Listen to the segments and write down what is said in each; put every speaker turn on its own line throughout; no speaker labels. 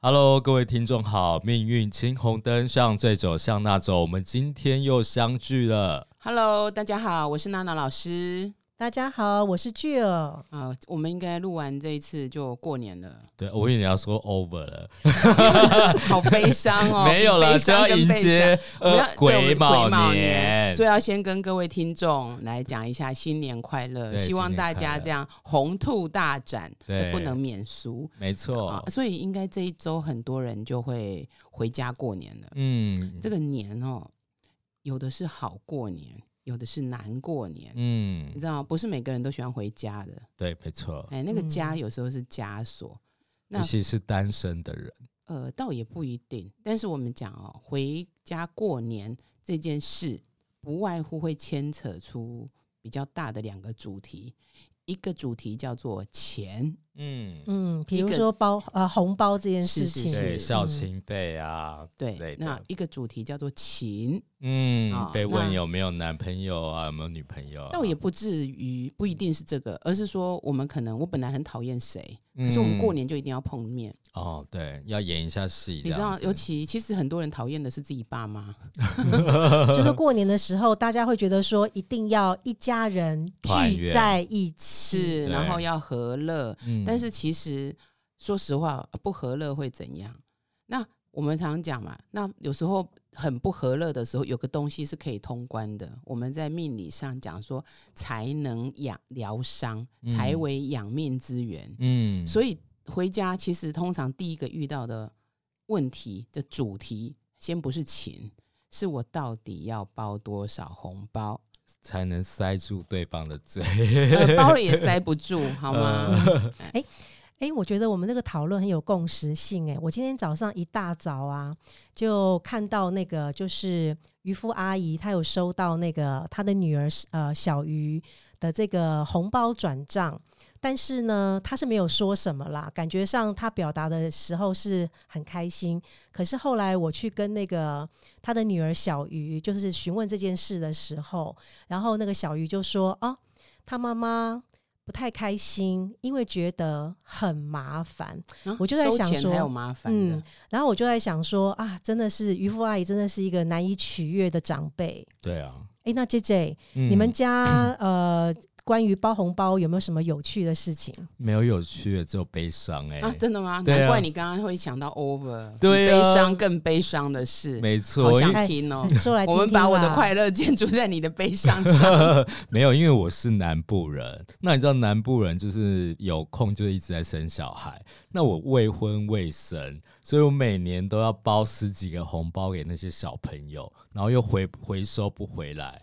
Hello，各位听众好，命运青红灯向这走向那走，我们今天又相聚了。
Hello，大家好，我是娜娜老师。
大家好，我是巨儿。
啊、我们应该录完这一次就过年了，
对，我以为你要说 over 了，
好悲伤哦。
没有
悲
了，就
伤
要
跟
迎
悲伤
接
我
呃
们要对我们
癸
癸
卯
年，所以要先跟各位听众来讲一下新年快乐，
对
希望大家这样红兔大展，
对哦
这不能免俗
没
啊
错。。
所以应该这一周很多人就会回家过年了。
嗯，
这个年哦，有的是好过年，有的是难过年。
嗯
你，知道，不是每个人都喜欢回家的。
对，没错，
哎，那个家
嗯
有时候是枷锁，那
尤其是单身的人，
呃，倒也不一定。但是我们讲哦，回家过年这件事，不外乎会牵扯出比较大的两个主题，一个主题叫做钱，
嗯，
嗯，比
一
如
个
说包呃红包这件事情，嗯
是
对，
是
孝亲费啊，之类
对，
的
那一个主题叫做情，
嗯
啊，
被问
那
有没有男朋友啊，有没有女朋友啊，
倒也不至于不一定是这个，而是说我们可能我本来很讨厌谁，可是我们过
嗯
年就一定要碰面。
哦，对，要演一下戏这
你知
样
道，
子，嗯
尤其其实很多人讨厌的是自己爸妈，
就是过年的时候，大家会觉得说一定要一家人
团
聚
圆
在一起，
是，然后
对
要和乐，
嗯
但是其实说实话，不和乐会怎样？那我们常讲嘛，那有时候很不和乐的时候，有个东西是可以通关的。我们在命理上讲说，才能养疗伤，
嗯
才为养命之源。
嗯，
所
以
以回家其实通常第一个遇到的问题的主题，先不是情，是我到底要包多少 红包，
才能塞住对方的嘴。
呃、包了也塞不住，好吗？
嗯
哎，我觉得我们这个讨论很有共识性。哎，我今天早上一大早啊，就看到那个就是渔夫阿姨，她有收到那个她的女儿呃小鱼的这个红包转账，但是呢，她是没有说什么啦，感觉上她表达的时候是很开心。可是后来我去跟那个她的女儿小鱼，就是询问这件事的时候，然后那个小鱼就说：“哦，她妈妈。”不太开心，因为觉得很麻烦。
啊
我就在
收
想
钱
说
还有麻烦的。
嗯然后我就在想说啊，真的是渔夫阿姨，真的是一个难以取悦的长辈。
对啊，
哎，那 J J，、
嗯
你们家呃，关于包红包有没有什么有趣的事情？
没有有趣的，只有悲伤哎、
啊，真的吗？
对啊
难怪你刚刚会想到 over，
对啊
比悲伤更悲伤的事，
没
好
错，因为
想听哦。
说哎来
我
听听啊
们把我的
啦
快乐建筑在你的悲伤 上，
没有，因为我是南部人。那你知道南部人就是有空就一直在生小孩，那我未婚未生，所以我每年都要包十几个红包给那些小朋友，然后又回回收不回来。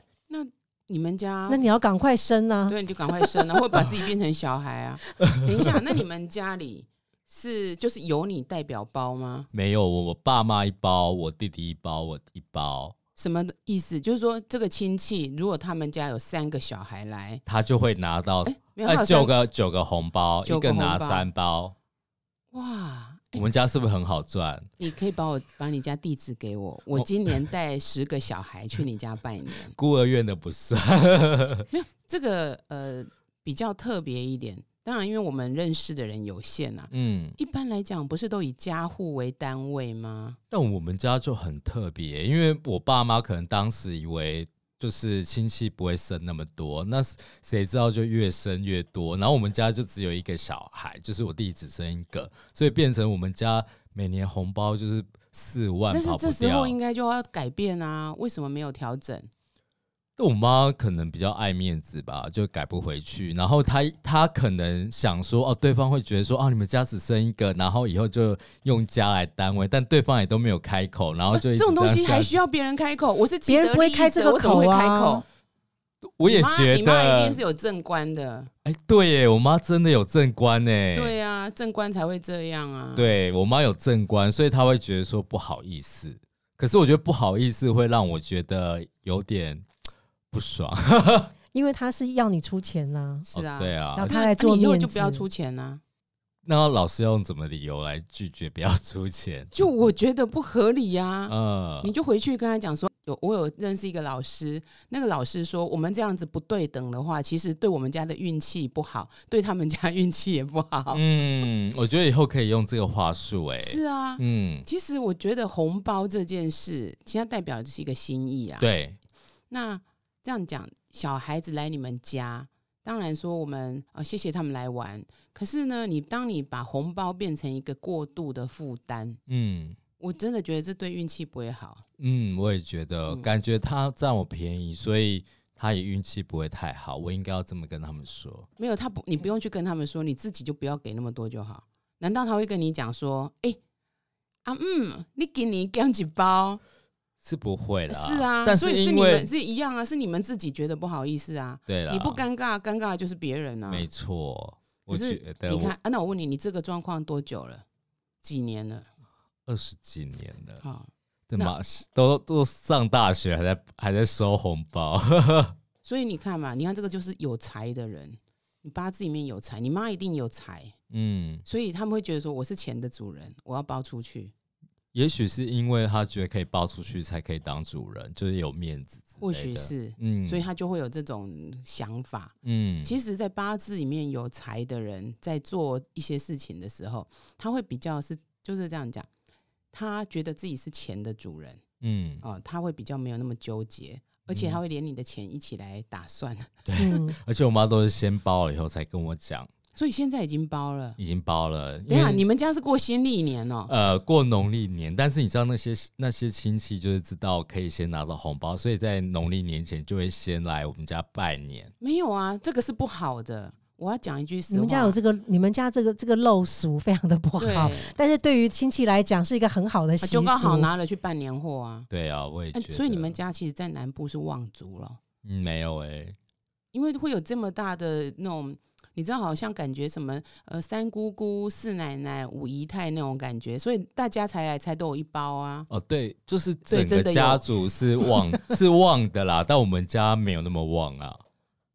你们家
那。你要赶快生啊！
对，你就赶快生啊，会把自己变成小孩啊！ 等一下，那你们家里是就是有你代表包吗？
没有，我我爸妈一包，我弟弟一包，我一包，
什么意思？就是说这个亲戚如果他们家有三个小孩来，
他就会拿到
哎，没有他
呃
有三
九个九个红包，
九
一
个
个拿
红包
三包。
哇！
我们家是不是很好赚？
你可以把我把你家地址给我，
哦
我今年带十个小孩去你家拜年。
孤儿院的不算，
这个呃比较特别一点，当然因为我们认识的人有限啊。
嗯，
一般来讲，不是都以家户为单位吗？
但我们家就很特别，因为我爸妈可能当时以为就是亲戚不会生那么多，那谁知道就越生越多。然后我们家就只有一个小孩，就是我弟弟只生一个，所以变成我们家每年红包就是四五万
但是
跑
这
不
时
掉
候。应该就要改变啊！为什么没有调整？
但我妈可能比较爱面子吧，就改不回去。然后她她可能想说，哦，对方会觉得说，哦，你们家只生一个，然后以后就用家来单位，但对方也都没有开口，然后哦就一直
这种东
样
西
下
还
去
需要别人开口？我是既
别人
得
不会
利益
开这
者
个
我怎么会
口啊
开口？
我也
你妈
觉
你妈一
得
定是，有正官的，
哎、对耶，我妈真的有正官呢。
对啊，正官才会这样啊。，
对我妈有正官，所以她会觉得说不好意思。可是我觉得不好意思会让我觉得有点不爽。
因为他是要你出钱 啦、
是啊，
哦对
然
啊
后。
那
他来做
那你以后
面
就不要
子
出钱啊。
那老师要用怎么理由来拒绝不要出钱？
就我觉得不合理呀、
嗯
啊你，就回去跟他讲说，有我有认识一个老师，那个老师说，我们这样子不对等的话，其实对我们家的运气不好，对他们家运气也不好。
嗯，我觉得以后可以用这个话术、哎，
是啊，
嗯，
其实我觉得红包这件事，其实它代表的是一个心意啊。
对，
那这样讲，小孩子来你们家，当然说我们呃谢谢他们来玩，可是呢，你当你把红包变成一个过度的负担，
嗯
我真的觉得这对运气不会好。
嗯，我也觉得，
嗯
感觉他占我便宜，所以他也运气不会太好，我应该要这么跟他们说。
没有，他不，你不用去跟他们说，你自己就不要给那么多就好。难道他会跟你讲说，哎、啊嗯，你给你讲几包？
是不会啦，
是啊，
但
所以是
因
你
为
们是一样啊，是你们自己觉得不好意思啊，
对了，
你不尴尬，尴尬的就是别人啊。
没错，我
可是
觉得
你
我
看啊，那我问你，你这个状况多久了？几年了？
二十几年了，
好，
对
那
吗？是都都上大学还在还在收红包，
所以你看嘛，你看这个就是有才的人，你八字里面有才，你妈一定有才，
嗯，
所以他们会觉得说我是钱的主人，我要包出去。
也许是因为他觉得可以包出去才可以当主人，就是有面子之类的，
或许是，
嗯，
所以他就会有这种想法。
嗯，
其实，在八字里面有财的人，在做一些事情的时候，他会比较是就是这样讲，他觉得自己是钱的主人
嗯，
哦、他会比较没有那么纠结，而且他会连你的钱一起来打算。
嗯，
而且我妈都是先包了以后才跟我讲
所以现在已经包了。
已经包了，因
等一下，
为
你们家是过新历年哦、
呃，过农历年，但是你知道那些那些亲戚就是知道可以先拿到红包，所以在农历年前就会先来我们家拜年。
没有啊，这个是不好的。我要讲一句实话，
你们家有这个，你们家这个这个陋俗非常的不
对，
好，但是对于亲戚来讲是一个很好的习
啊
俗，
就刚好拿了去办年货啊。
对啊，我也
哎
觉得。
所以你们家其实，在南部是望族了，
嗯没有哎、
因为会有这么大的那种，你知道，好像感觉什么呃三姑姑、四奶奶、五姨太那种感觉，所以大家才来才都有一包啊。
哦，对，就是
对
整
真
个
的有
家族是 旺是旺的啦，但我们家没有那么旺啊，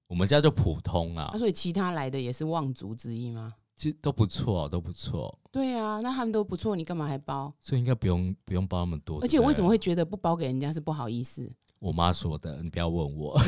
我们家就普通啊
啊，，所以其他来的也是望族之一吗？
其实都不错，啊都不错，
对啊，那他们都不错，你干嘛还包？
所以应该不用不用包那么多。
而且
对不对
为什么会觉得不包给人家是不好意思？
我妈说的，你不要问 我，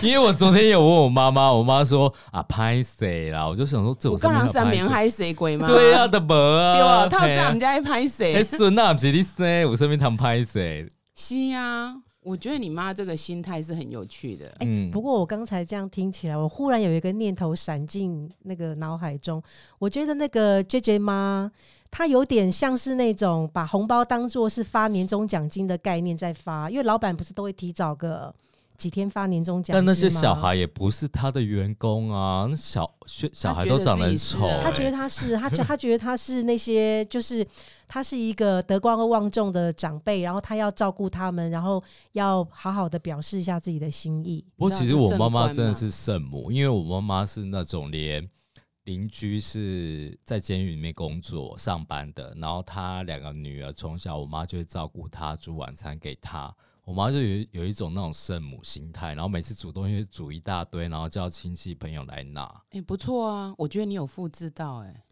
因为我昨天有问我妈妈，我妈说啊拍谁啦，我就想说这
我刚刚三
边
面嗨谁鬼 吗？
对啊，的无啊，
对吧？他在我们
家。
家还拍谁？
哎，孙娜不是你生，我身边他们拍谁？
是呀，我觉得你妈这个心态是很有趣的。
嗯
哎不过我刚才这样听起来，我忽然有一个念头闪进那个脑海中，我觉得那个 J J 妈，她有点像是那种把红包当做是发年终奖金的概念在发，因为老板不是都会提早个几天发年终奖金
但那些
吗
小，孩也不是他的员工啊，那小小小孩都长得很丑、
他
啊她觉得
欸，
她是她觉她觉得她是那些就是她是一个德高望重的长辈，然后她要照顾他们，然后要好好的表示一下自己的心意。
不过其实我妈妈真的
你知
是
道
圣母，因为我妈妈是那种连邻居是在监狱里面工作上班的，然后她两个女儿从小我妈就会照顾她，煮晚餐给她。我妈就有有一种那种圣母心态，然后每次煮东西就煮一大堆，然后叫亲戚朋友来拿。
哎、不错啊，我觉得你有复制到哎、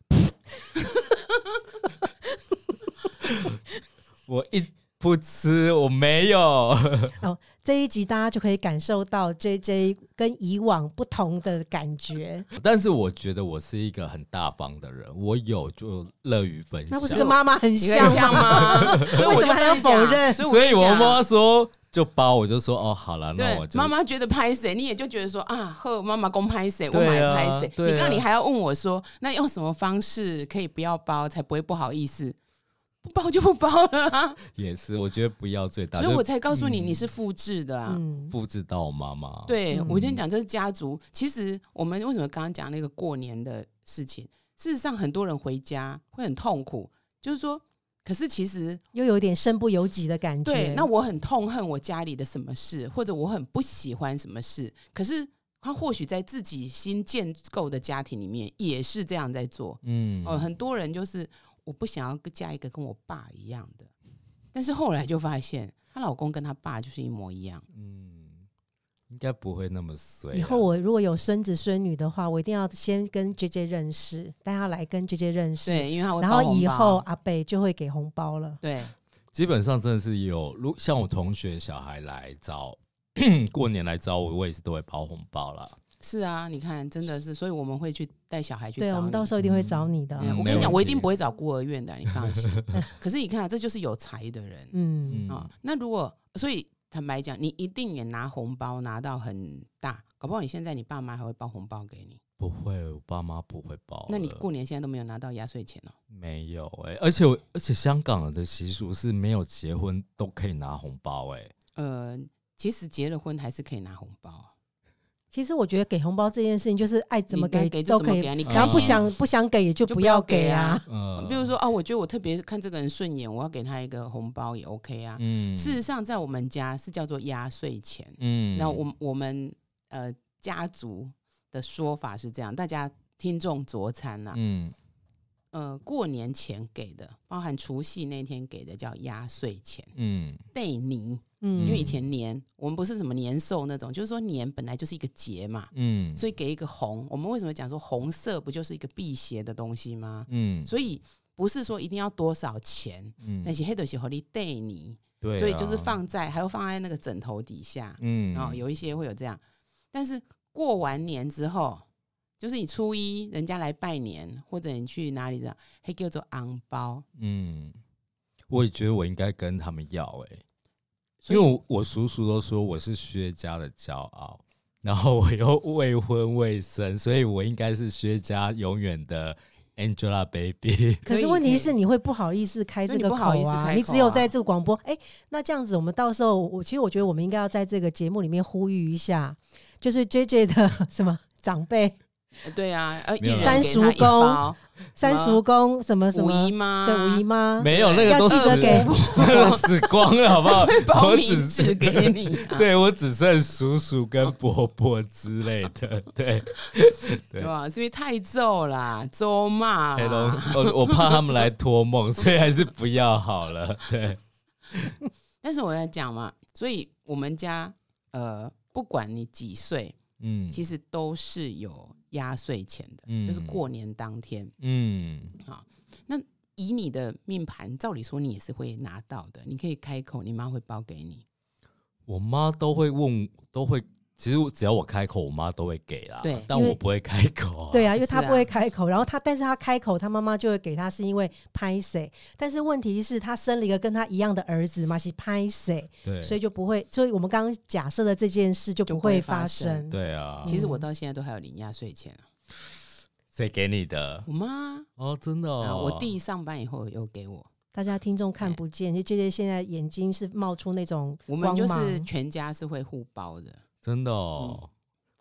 我一不吃，我没有。
这一集大家就可以感受到 J J 跟以往不同的 感觉。
但是我觉得我是一个很大方的人，我有就乐于分享。
那不是跟妈妈很
你
像
很像
吗？
吗？ 所以我
为什
就
么还要
跟你讲
否认
所以我
所以
跟你
我
讲
妈妈说就包，我就说哦，好了，那我
对
就
妈妈觉得拍谁，你也就觉得说啊，呵，妈妈公拍谁，我买
对啊
拍谁。
对啊
你刚刚你还要问我说，那用什么方式可以不要包，才不会不好意思？不包就不包了啊，
也是，我觉得不要最大，
所以我
就
才告诉你，你是复制的啊。
嗯，
复制到我妈妈。，
对，我跟你讲，这是家族。其实我们为什么刚刚讲那个过年的事情？事实上，很多人回家会很痛苦，就是说，可是其实
又有点身不由己的感觉。
对，那我很痛恨我家里的什么事，或者我很不喜欢什么事，可是他或许在自己新建构的家庭里面也是这样在做。
嗯，
哦、很多人就是我不想要嫁一个跟我爸一样的，但是后来就发现她老公跟她爸就是一模一样。
嗯，应该不会那么衰啊。
以后我如果有孙子孙女的话，我一定要先跟 J J 认识，带他来跟 J J 认识。
对，因为他会
然
包
后
红
以
包
后阿贝就会给红包了。
对。
基本上真的是有，如像我同学小孩来找 过年来找我，我也是都会包红包啦。
是啊，你看，真的是，所以我们会去带小孩去
对，啊
找
我们
你
到时候一定会找你的。啊
嗯
嗯
我
没
跟你讲，
问
我一定
题
不会找孤儿院的，你放 心。可是你看、啊，这就是有才的人
嗯，
嗯，
啊、那如果所以坦白讲，你一定也拿红包拿到很大，搞不好你现在你爸妈还会包红包给你。
不会，我爸妈不会包了。
那你过年现在都没有拿到压岁钱哦。
没有哎、而且我而且香港人的习俗是没有结婚都可以拿红包哎、
呃，其实结了婚还是可以拿红包啊，
其实我觉得给红包这件事情，就是爱怎么
你该
给
给就
都
怎么
可
给
以，
啊，你
然
然
开
后不
心
想不想给也就
就
不
不要
要给
给啊
啊。
嗯，
比如说啊，我觉得我特别看这个人顺眼，我要给他一个红包也 OK 啊。
嗯
事实上，在我们家是叫做压岁钱。
嗯
那我我们呃家族的说法是这样，大家听众啊酌参呐、
嗯
呃，过年前给的，包含除夕那天给的叫压岁钱，
嗯
对泥。
嗯，
因为以前年我们不是什么年兽那种，就是说年本来就是一个节嘛，
嗯，
所以给一个红。我们为什么讲说红色不就是一个辟邪的东西吗？
嗯
所以不是说一定要多少钱，
嗯
那些黑的是合力对你，
对啊，
所以就是放在还要放在那个枕头底下，
嗯
然后哦有一些会有这样。但是过完年之后，就是你初一人家来拜年，或者你去哪里这样，还叫做昂包，
嗯，我也觉得我应该跟他们要哎、
所
因
以
为我我叔叔都说我是薛家的骄傲，然后我又未婚未生，所以我应该是薛家永远的 Angelababy。
可是问题是，你会不好意思开这个口
所以你不好意思开
啊，
口啊
你只有在这个广播。哎，那这样子，我们到时候，我其实我觉得我们应该要在这个节目里面呼吁一下，就是 J J 的 什么长辈、
呃对啊，呃，一
没有
人
啦
给他
三
一
叔公
包，
三叔公什么什
五姨
么，
妈，
对五姨
妈
妈，
没有那个
要
都
记
死
得给
死光了，好不 好？
包
我
米
只
纸
是
给你、啊，
对我只剩叔叔跟伯伯之类的， 对，
对吧？是因为太皱啦，咒骂
黑龙
啦。，
我我怕他们来托梦，所以还是不要好了。对，
但是我在讲嘛，所以我们家呃，不管你几岁，
嗯
其实都是有压岁钱的，
嗯
就是过年当天。
嗯
以你的命盘，照理说你也是会拿到的，你可以开口，你妈会包给你。
我妈都会问，都会，其实只要我开口，我妈都会给啦。
对
但
因为
我不会开口、啊。
对
啊，
啊，因为他
是啊
不会开口，然后他，但是他开口，他妈妈就会给他，是因为拍谁？但是问题是，他生了一个跟他一样的儿子嘛，是拍谁？
对，
所以就不会，所以我们刚刚假设的这件事就
就
不
不会
会
发
发
生
生。
对啊，
其实我到现在都还有领压岁钱啊
谁给你的？
我妈、
哦，真的
啊，
哦，
我弟上班以后有给我，
大家听众看不见，就 J J 现在眼睛是冒出那种
我
光
们
芒。
就是全家是会互包的。
真的哦，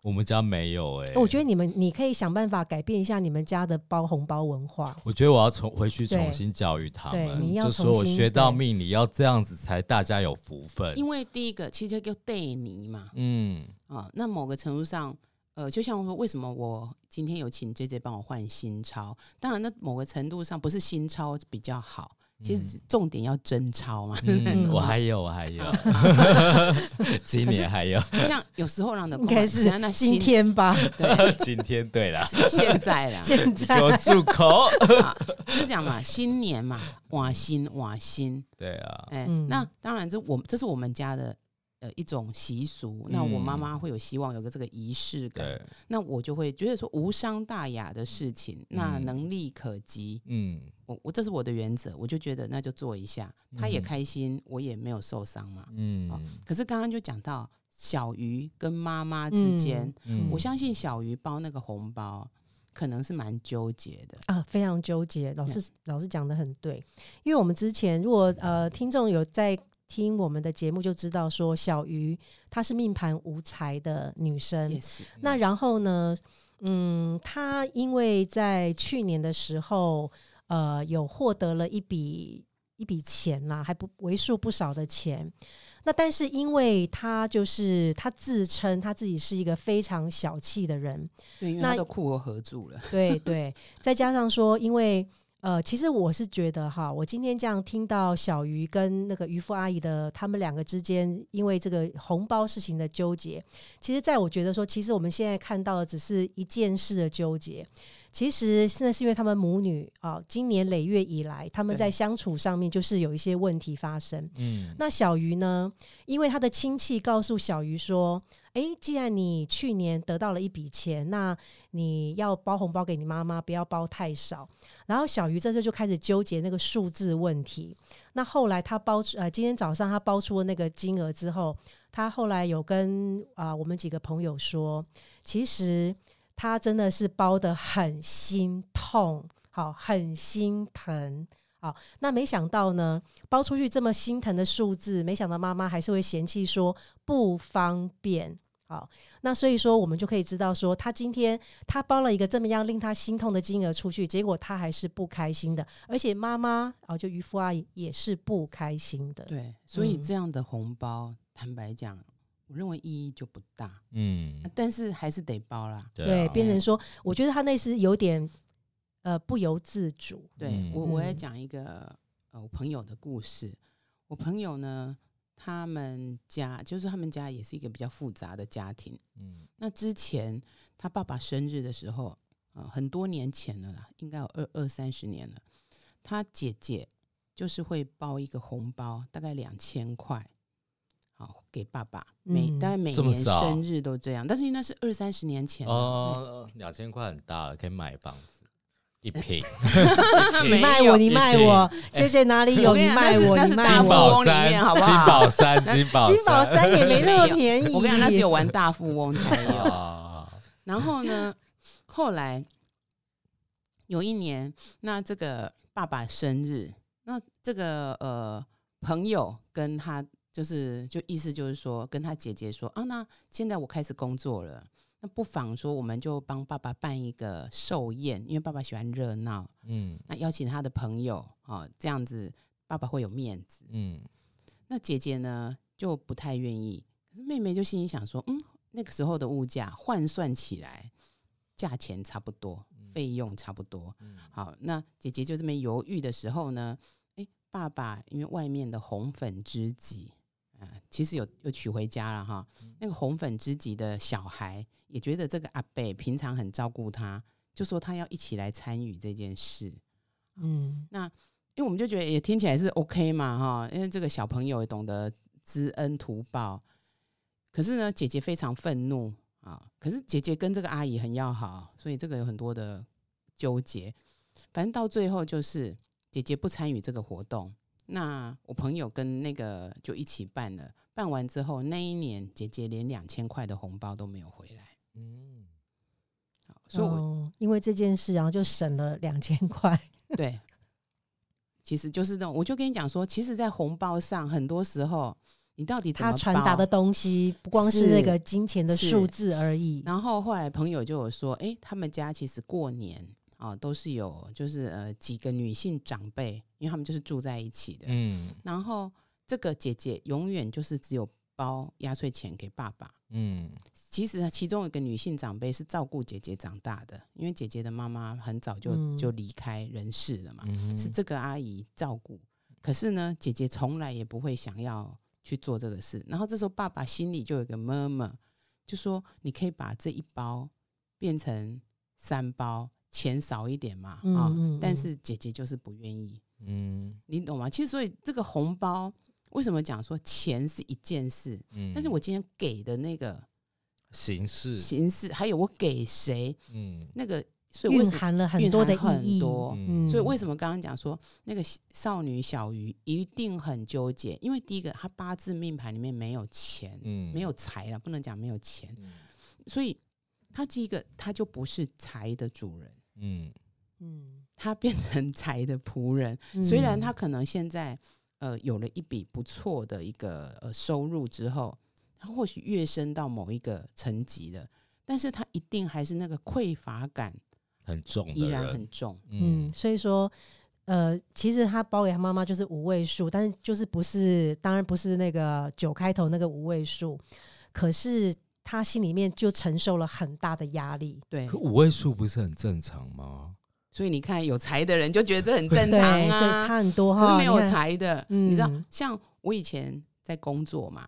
我们家没有哎、
嗯哦我觉得你们你可以想办法改变一下你们家的包红包文化。
我觉得我要重回去
对
重新教育他
对你
们，
要
就说
重
我
新
学到
对
命理要这样子才大家有福分。
因为第一个其实就叫对你嘛，
嗯
啊，那某个程度上，呃，就像我说，为什么我今天有请 J J 帮我换新钞？当然，那某个程度上不是新钞比较好，其实重点要真钞 嘛。
嗯，
嗯
我还有我还 有，今
可是
年还有，
像有时候让的
应该是
那新
今 天吧，
对
今天对了，
现在啦，
现
给我
在
住口。
啊就是讲嘛，新年嘛，瓦新瓦新，
对啊，
哎、
嗯
那当然这我们这是我们家的。呃，一种习俗，那我妈
嗯
妈会有希望有个这个仪式感，
对，
那我就会觉得说无伤大雅的事情，那
嗯
能力可及，
嗯
我我这是我的原则，我就觉得那就做一下，他也
嗯
开心，我也没有受伤嘛。好
嗯
可是刚刚就讲到小鱼跟妈妈之间，
嗯，
我相信小鱼包那个红包可能是蛮纠结的。
啊，非常纠结。老
嗯
师老师讲的很对，因为我们之前如果呃听众有在听我们的节目，就知道说小鱼她是命盘无才的女
嗯
生，
Yes，
那然后呢，嗯，他因为在去年的时候，呃，有获得了一笔一笔钱啦，还不为数不少的钱。那但是因为他就是他自称他自己是一个非常小气的人，
对，因为
那
他都酷我合住了。
对对，再加上说，因为呃，其实我是觉得哈，我今天这样听到小鱼跟那个渔夫阿姨的他们两个之间，因为这个红包事情的纠结，其实在我觉得说，其实我们现在看到的只是一件事的纠结，其实现在是因为他们母女啊、今年累月以来，他们
对
在相处上面就是有一些问题发生。
嗯，
那小鱼呢，因为他的亲戚告诉小鱼说：“诶，既然你去年得到了一笔钱，那你要包红包给你妈妈，不要包太少。”然后小鱼这时候就开始纠结那个数字问题。那后来他包出呃，今天早上他包出了那个金额之后，他后来有跟啊、呃我们几个朋友说，其实他真的是包的很心痛，好，很心疼。好，那没想到呢，包出去这么心疼的数字，没想到妈妈还是会嫌弃说不方便。好，那所以说我们就可以知道说，他今天他包了一个这么样令他心痛的金额出去，结果他还是不开心的，而且妈妈哦，就渔夫阿姨也是不开心的。
对，啊所以
嗯
这样的红包，坦白讲，我认为意义就不大，啊
嗯，
但是还是得包啦。
对啊，
变成说，我觉得他那是有点呃不由自主。
对、
嗯
我，我要
嗯
讲一个呃我朋友的故事。我朋友呢，他们家就是他们家也是一个比较复杂的家庭。
嗯
那之前他爸爸生日的时候，呃，很多年前了啦，应该有二二三十年了。他姐姐就是会包一个红包，大概两千块，好给爸爸。每、
嗯
大概每
这么
年
少啊
生日都这样，但是因为那是二三十年前了嗯哎
哦，两千块很大了，可以买房子一平，
你
没
卖
有
我，你卖我，J J 哪里有？
我跟
你
你讲
卖
那是
我，
那
你
是
卖
大
金
富
我。
宝
翁里
山，
面好不
金
好
宝山，金宝
金宝山也没那
没
么
有
便宜。
我跟你讲，那只有玩大富翁才有。
啊，
然后呢，后来有一年，那这个爸爸生日，那这个呃朋友跟他就是就意思就是说，跟他姐姐说啊，那现在我开始工作了，那不妨说我们就帮爸爸办一个寿宴，因为爸爸喜欢热闹，
嗯
那邀请他的朋友啊、哦，这样子爸爸会有面子。
嗯
那姐姐呢就不太愿意，可是妹妹就心里想说，嗯，那个时候的物价换算起来，价钱差不多，费用差不多。
嗯
好，那姐姐就这么犹豫的时候呢，哎，爸爸因为外面的红粉知己。啊，其实有有娶回家了哈，那个红粉知己的小孩也觉得这个阿贝平常很照顾他，就说他要一起来参与这件事。
嗯，
因为我们就觉得也听起来是 OK 嘛，哈，因为这个小朋友也懂得知恩图报。可是呢，姐姐非常愤怒啊，可是姐姐跟这个阿姨很要好，所以这个有很多的纠结。反正到最后就是姐姐不参与这个活动，那我朋友跟那个就一起办了。办完之后，那一年姐姐连两千块的红包都没有回来，
嗯，
好所以我
哦因为这件事，然后就省了两千块。
对，其实就是那种，我就跟你讲说，其实，在红包上，很多时候你到底怎么
他传达
包
的，东西不光是那个金钱的
是
数字而已。
然后后来朋友就有说，诶，他们家其实过年啊、都是有就是呃几个女性长辈，因为他们就是住在一起的，
嗯
然后这个姐姐永远就是只有包压岁钱给爸爸。
嗯
其实啊其中有一个女性长辈是照顾姐姐长大的，因为姐姐的妈妈很早就、
嗯
就离开人世了嘛，
嗯，
是这个阿姨照顾。可是呢，姐姐从来也不会想要去做这个事。然后这时候爸爸心里就有一个 murmur，就说你可以把这一包变成三包，钱少一点嘛啊、
嗯嗯
但
嗯
是姐姐就是不愿意，
嗯
你懂吗？其实所以这个红包为什么讲说钱是一件事，
嗯，
但是我今天给的那个
形式，
形式，还有我给谁
嗯
那个，所以为
蕴
什么？
含了很多的
蕴含很
意义，
多
嗯，
哦所以为什么刚刚讲说那个少女小鱼一定很纠结？因为第一个，她八字命盘里面没有钱，
嗯
没有财了，不能讲没有钱，
嗯
所以她第一个，她就不是财的主人，
嗯
嗯，
她变成财的仆人。
嗯
虽然她可能现在呃有了一笔不错的一个呃收入之后，她或许跃升到某一个层级了，但是她一定还是那个匮乏感
很重
依
的
然
人，
很重。
嗯，所以说。呃，其实他包给他妈妈就是五位数，但是就是不是，当然不是那个九开头那个五位数，可是他心里面就承受了很大的压力。
对，
可五位数不是很正常吗？
所以你看，有财的人就觉得这很正常
对，所以
啊，
差很多
可
哈。
是没有
哦你看，
财的，你知道
嗯，
像我以前在工作嘛，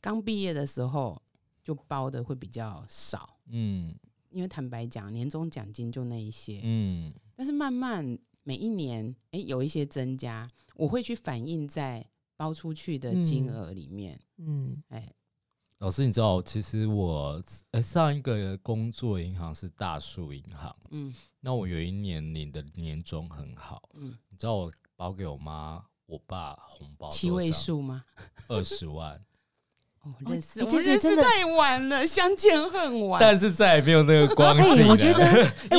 刚毕业的时候就包的会比较少，
嗯，
因因为坦白讲，年终奖金就那一些，
嗯
但是慢慢每一年，哎，有一些增加，我会去反映在包出去的金额里面。
嗯，
哎、
老师，你知道，其实我呃上一个工作银行是大树银行，
嗯
那我有一年领的年终很好，
嗯，
你知道我包给我妈、我爸红包
七位数吗？
二十 万，
哦，认识，
哎
我
这
们
是
认识
真的
太晚了，相见恨晚。
但是再也没有那个光
哎、
景了。
我觉得，哎、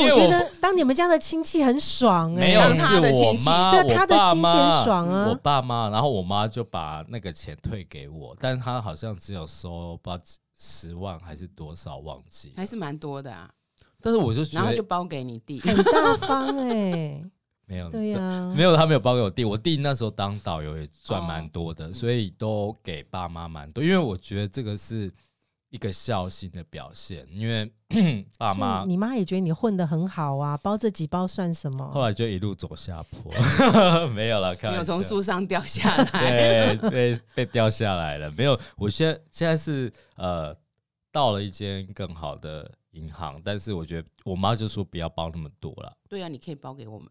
因为
我觉
我
得当你们家的亲戚很爽、哎，
没有
当
是
他的
我
亲戚
妈，
对啊
我
他的
爸
亲戚
妈
很爽啊
我爸妈，然后我妈就把那个钱退给我，但是她好像只有收不知道十万还是多少，忘记。
还是蛮多的啊，
但是我就觉
然后就
得
包给你弟，
很大方哎、
没有，
对呀、
嗯
没有，他没有包给我弟。我弟那时候当导游也赚蛮
哦
多的，所以都给爸妈蛮多。因为我觉得这个是一个孝心的表现，因 为爸
所以
妈
你妈也觉得你混得很好啊，包这几包算什么？
后来就一路走下坡， 没有了，开
哦没有
玩
从
笑。
树上掉下 来。
对，被被掉下来了。没有，我现在现在是呃，到了一间更好的银行，但是我觉得我妈就说不要包那么多了。
对啊，你可以包给我们。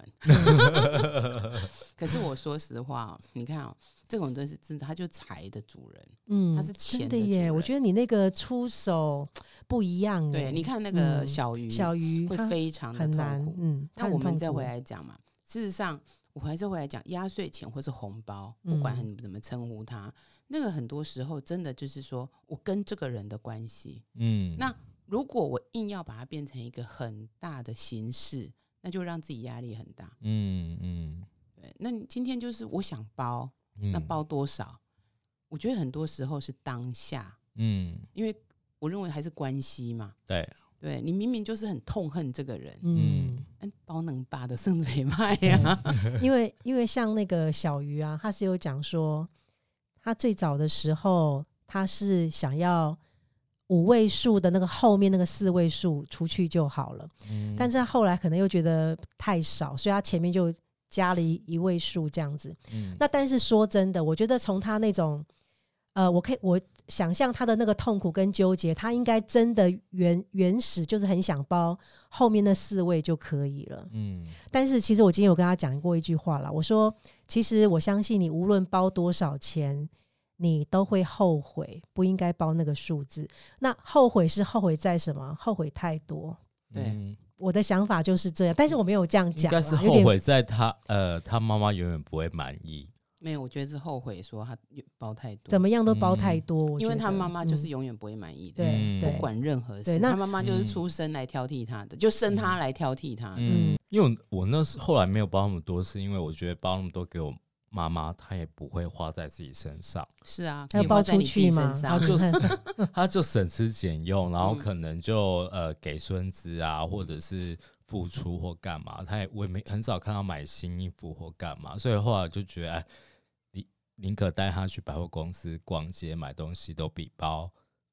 可是我说实话哦、你看哦，这种真是真的，他就财的主人。
嗯，
它是
真
钱
的
的
耶，
主
我
人
觉得你那个出手不一样哎、
对，你看那个
嗯
小鱼，
小鱼
会
它
非常的
很难
痛苦，。
嗯，
那
它很
我们
痛
再
苦
回，来讲嘛，事实上，我还是回来讲压岁钱或是红包，不管
嗯
你怎么称呼它，那个很多时候真的就是说我跟这个人的关系。
嗯，
那如果我硬要把它变成一个很大的形式，那就让自己压力很大。
嗯嗯
对，那你今天就是我想包，
嗯，
那包多少？我觉得很多时候是当下，
嗯
因为我认为还是关系嘛。
对
对你明明就是很痛恨这个人，
嗯
嗯，
嗯，包能扒的圣水脉呀，
因为因为像那个小鱼啊，他是有讲说，他最早的时候他是想要五位数的那个后面那个四位数出去就好了，
嗯
但是他后来可能又觉得太少，所以他前面就加了一一位数这样子。
嗯
那但是说真的，我觉得从他那种，呃，我可以我想象他的那个痛苦跟纠结，他应该真的原原始就是很想包后面那四位就可以了。
嗯
但是其实我今天有跟他讲过一句话啦，我说其实我相信你无论包多少钱，你都会后悔，不应该包那个数字。那后悔是后悔在什么？后悔太多。
对
嗯
我的想法就是这样，但是我没有这样
应
讲啦，
该是
有
后
点
悔在他呃，他妈妈永远不会满意。
没有，我觉得是后悔说他包太多，
怎么样都包太多。我
因为
觉
他
得
妈妈就是
嗯
永远不会满意的，
对、
嗯
对，
不管任何
对
事，
那嗯
他妈妈就是
嗯
出生来挑剔他的，就生他来挑剔他的。
嗯，因为我我那时后来没有包那么多，是因为我觉得包那么多给我妈妈，她也不会花在自己身上。
是啊，
要
可以
包
花在
出
你自己
去吗
身
他
上。
就是他就省吃俭用，然后
啊嗯
可能就呃给孙子啊，或者是付出或干嘛，他也我也没很少看到买新衣服或干嘛，所以后来就觉得，哎，宁宁可带他去百货公司逛街买东西，都比包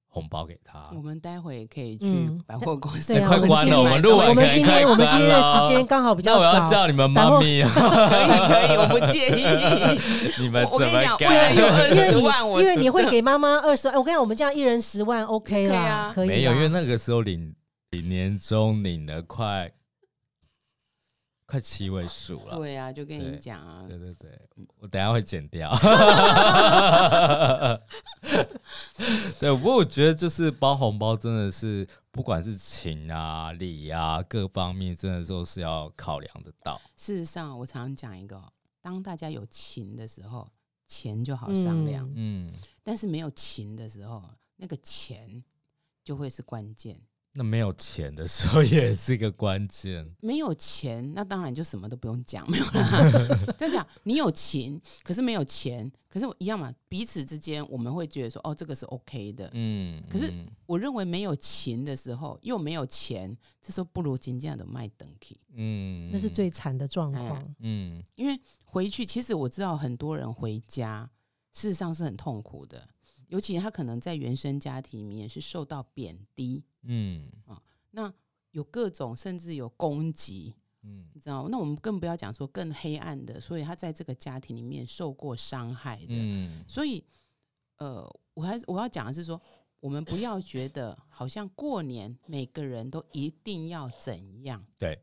红包给他。
我们待会可以去
嗯
百货公司
对
哎
啊
快
我们
关
今
了，
天
我们录完
我
可
们
以
今
快
天我们
关
今天的
了
时间刚好比较
那我要
早，
叫你们
然
妈
后
咪，啊
可以可以，我不 介意。
你们
我
怎
跟你
么啊
讲，为了
干？
有二
因为
十
你
万，我
因为你会给妈妈二十万，我跟你讲，我们这样一人十万 OK
可以
啦
啊，
可以
没有，
啦
因为那个时候领领年终领了快快七位数了。
对啊，就跟
对
你讲啊，
对对对，我等一下会剪掉。对，不过我觉得就是包红包真的是，不管是情啊、礼啊各方面，真的都是要考量得到。
事实上，我常常讲一个哦，当大家有情的时候，钱就好商量；
嗯
嗯，
但是没有情的时候，那个钱就会是关键。
那没有钱的时候也是一个关键。
没有钱，那当然就什么都不用讲，没有啦。这样讲，你有情，可是没有钱，可是我一样嘛。彼此之间，我们会觉得说，哦，这个是 OK 的。
嗯，
可是
嗯
我认为没有情的时候，又没有钱，这时候不如金这样的卖等 k
嗯
那是最惨的状
哎
况。
嗯
因为回去，其实我知道很多人回家，事实上是很痛苦的，尤其他可能在原生家庭里面是受到贬低，
嗯
那有各种甚至有攻击，
嗯
你知道吗？那我们更不要讲说更黑暗的，所以他在这个家庭里面受过伤害的，
嗯
所以呃，我还是我要讲的是说，我们不要觉得好像过年每个人都一定要怎样，
对，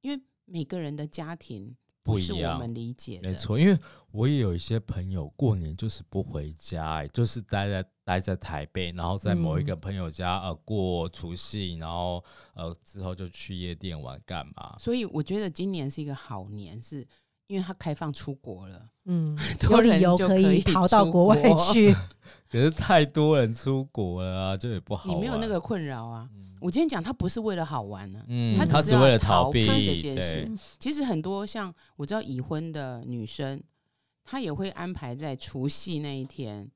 因为每个人的家庭
不一
是我
样
们理解的，
没错，因为我也有一些朋友过年就是不回家、欸，就是待在待在台北，然后在某一个朋友家、呃过除夕，然后呃之后就去夜店玩干嘛？
所以我觉得今年是一个好年，是因为它开放出国 了，
嗯，
很
有
多
理
人
由
就
可以逃到
出
国
国
外 去。
可是太多人出国了啊，就也不好
你
玩。
没有那个困扰啊。
嗯
我今天讲，它不是为了好玩呢、
嗯，
他
他只
只是要
为了
逃
逃
避
避
这件事
对，
其实很多像我知道已婚的女生，她也会安排在除夕那一天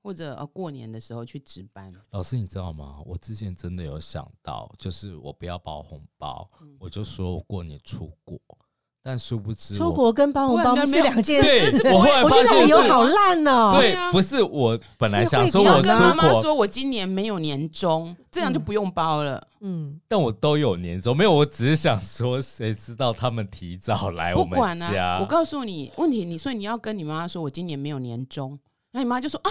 或者呃过年的时候去值班。
老师，你知道吗？我之前真的有想到，就是我不要包红包，我就说我过年出国，但殊不知
出
我
国跟包红包
不然
是两件
对
事。
我后来
我觉
发
得
现
理由
是
好烂哦。
对
对啊，
不是我本来想说
你
你
会
要
我
跟
出
妈妈
国，
说，我今年没有年终，这样就不用包了。
嗯，
但我都有年终，没有，我只是想说，谁知道他们提早来
不
我们
管
家
啊，我告诉你，问题你所以你要跟你妈妈说，我今年没有年终，那你妈就说啊，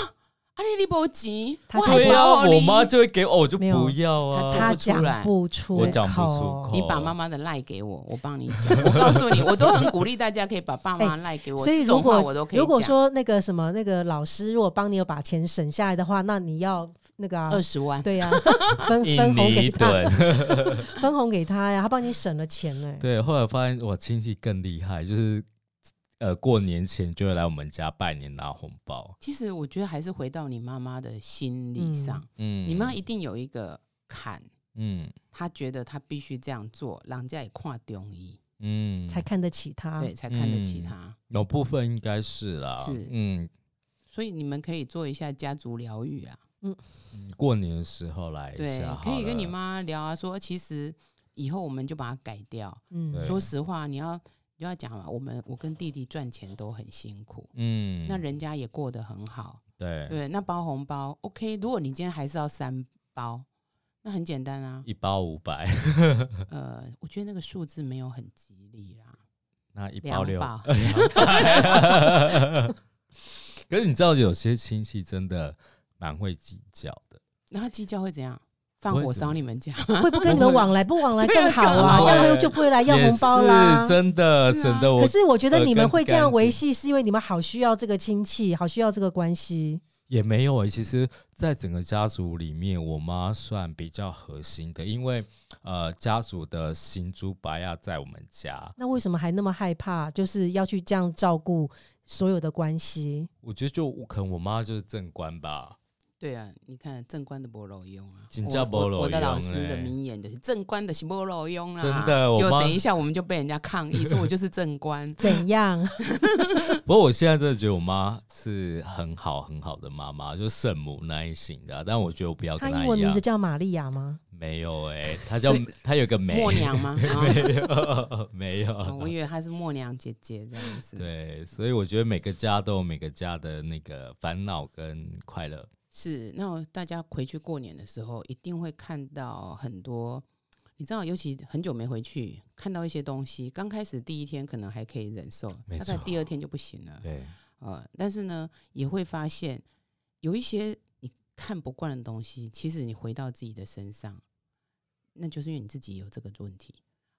阿丽丽波吉，
她
我
就
对
还包
啊，
你
我妈就会给我，我就
没有
不要啊。
不
他
出
讲
来
不出
我讲不出口
你把妈妈的赖给我，我帮你讲。我告诉你，我都很鼓励大家可以把爸 妈赖给我，
所以
这
如
种话
果
我哎都可以
如果
讲。
说那个什么那个老师如果帮你有把钱省下来的话，那你要那个、啊
二、十 万，
对呀、分分
印
红
尼
给他，
盾，
分红给他呀，他帮你省了钱呢、
对，后来发现我亲戚更厉害，就是呃过年前就会来我们家拜年拿红包。
其实我觉得还是回到你妈妈的心理上，
嗯，
你妈一定有一个坎，
嗯
她觉得她必须这样做，让人家也跨中医，
嗯，
才看得起他。
对，才看得起
嗯
她。
有部分应该是啦，
是
嗯，
所以你们可以做一下家族疗愈啊啦，
过年的时候来一
对
下，，
可以跟你
好了，
妈聊啊，说其实以后我们就把它改掉。
嗯，
对
说实话，你要你要讲嘛，我们我跟弟弟赚钱都很辛苦，
嗯，
那人家也过得很好，
对
对，那包红包 OK，如果你今天还是要三包，那很简单啊，
一包五百，
呃，我觉得那个数字没有很吉利啦，
那一包
两
六
包，
可是你知道，有些亲戚真的蛮会计较的。
然后计较会怎样？放
不会
火
怎么
烧你们家，
会 不跟你们往来，不往来
对啊
更好啊，
更好
这样就不会来要
也
红包啦
是。真的，
是啊
省得我
可是我觉得
呃
你们
更
会这样
干净
维系，是因为你们好需要这个亲戚，好需要这个关系。
也没有诶、欸其实，在整个家族里面，我妈算比较核心的，因为呃，家族的行珠白亚在我们家，
那为什么还那么害怕？就是要去这样照顾所有的 关系？，
我觉得就可能我妈就是正官吧。
对啊，你看正官的不漏用啊，
真的
我我
没路用
我的老师的
欸
名言就是正官的是不漏用啦，
真的我
就
妈
等一下我们就被人家抗议说我就是正官
怎样？
不过我现在真的觉得我妈是很好很好的妈妈，就圣母那一型的啊、但我觉得我不要
他
跟
英
她一
文名
样
字。叫玛利亚吗？
没有诶、她叫
所以
她有个梅
默，娘吗？啊
没有 没
哦
有。
我以为她是默娘姐姐这样子，
对，所以我觉得每个家都有每个家的那个烦恼跟快乐。
是，那我大家回去过年的时候，一定会看到很多，你知道，尤其很久没回去，看到一些东西，刚开始第一天可能还可以忍受，
没
大概
错
第二天就不行了。
对，
呃，但是呢，也会发现有一些你看不惯的东西，其实你回到自己的身上，那就是因为你自己有这个问题。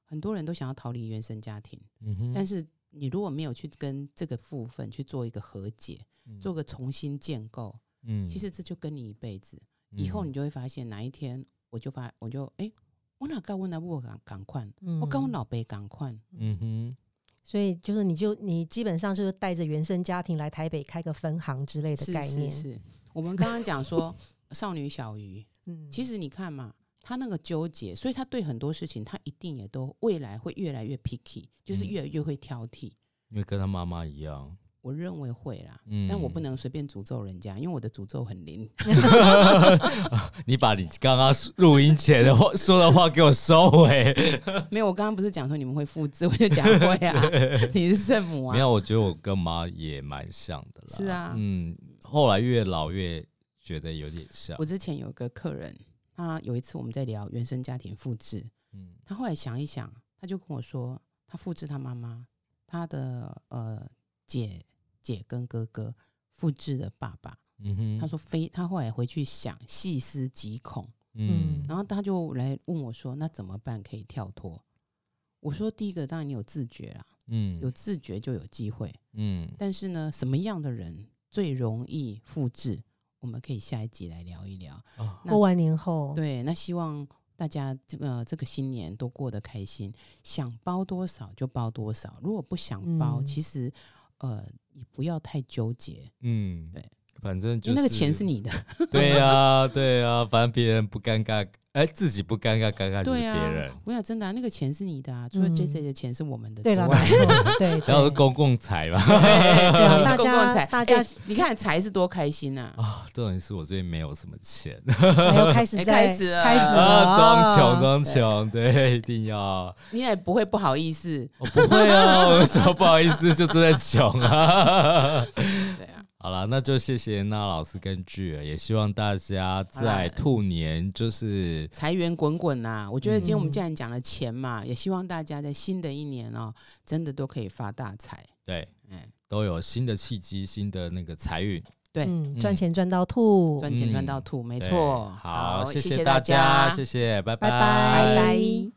很多人都想要逃离原生家庭，
嗯哼
但是你如果没有去跟这个部分去做一个和解，做个重新建构，
嗯
其实这就跟你一辈子。以后
嗯
你就会发现，哪一天我就发，我就哎、我哪跟我哪不赶赶快，
嗯，
我跟我老辈赶快，
嗯哼，
所以就是你就你基本上就是带着原生家庭来台北开个分行之类的
是
概念。
是是。我们刚刚讲说 少女小鱼，
嗯，
其实你看嘛，她那个纠结，所以她对很多事情，她一定也都未来会越来越 picky，就是
嗯
越来越会挑剔。
因为跟他妈妈一样，
我认为会啦，
嗯，
但我不，能随便诅咒人家，因为我的诅咒很灵。
你把你刚刚录音前的话说的话给我收回。
没有，我刚刚不是讲说你们会复制，我就讲会 啊，你是圣母
没
啊。
有，我觉得我跟妈也蛮像的啦。
是啊
嗯，后来越老越觉得有点像
我。之前有一个客人，他有一次我们在聊原生家庭复制，
嗯
他后来想一想，他就跟我说，他复制他妈妈，他的呃姐姐跟哥哥复制了爸爸，
嗯哼，
他说非，他后来回去想，细思极恐。
嗯，
然后他就来问我说：“那怎么办可以跳脱？”我说：“第一个，当然你有自觉啦，
嗯
有自觉就有机会。
嗯
但是呢，什么样的人最容易复制？我们可以下一集来聊一聊。
啊
过完年后，
对，那希望大家这个、这个新年都过得开心，想包多少就包多少，如果不想包，
嗯
其实呃也不要太纠结，
嗯，
对，
反正就
因
是
为那个钱是你的。
对呀、对呀、反正别人不尴尬，哎、自己不尴尬，尴尬就是
对
别人。
啊，我想真的、啊，那个钱是你的啊，除了
嗯
J J 的钱是我们的之
对了，
外。
没错，对，
然后
对
是公共财吧，
对啊大
公共财
家大家
哎你看财是多开心啊！
啊， 重点是我最近没有什么钱，
没有开始
哎
在
开始了
开始
啊，
了，
装穷装穷，对，一定要，
你也不会不好意思，
我不会啊，我说不好意思，就真的穷啊。
对啊，
好了，那就谢谢那老师跟剧儿，也希望大家
好啦
在兔年就是
财源滚滚呐！我觉得今天我们
嗯
既然讲了钱嘛，也希望大家在新的一年哦，真的都可以发大财。
对
哎，
都有新的契机，新的那个财运。
对
嗯，
嗯
赚钱赚到吐，
赚钱赚
嗯
到吐，没
对
错。
好，
谢
谢
大
家，谢谢，
拜
拜
拜。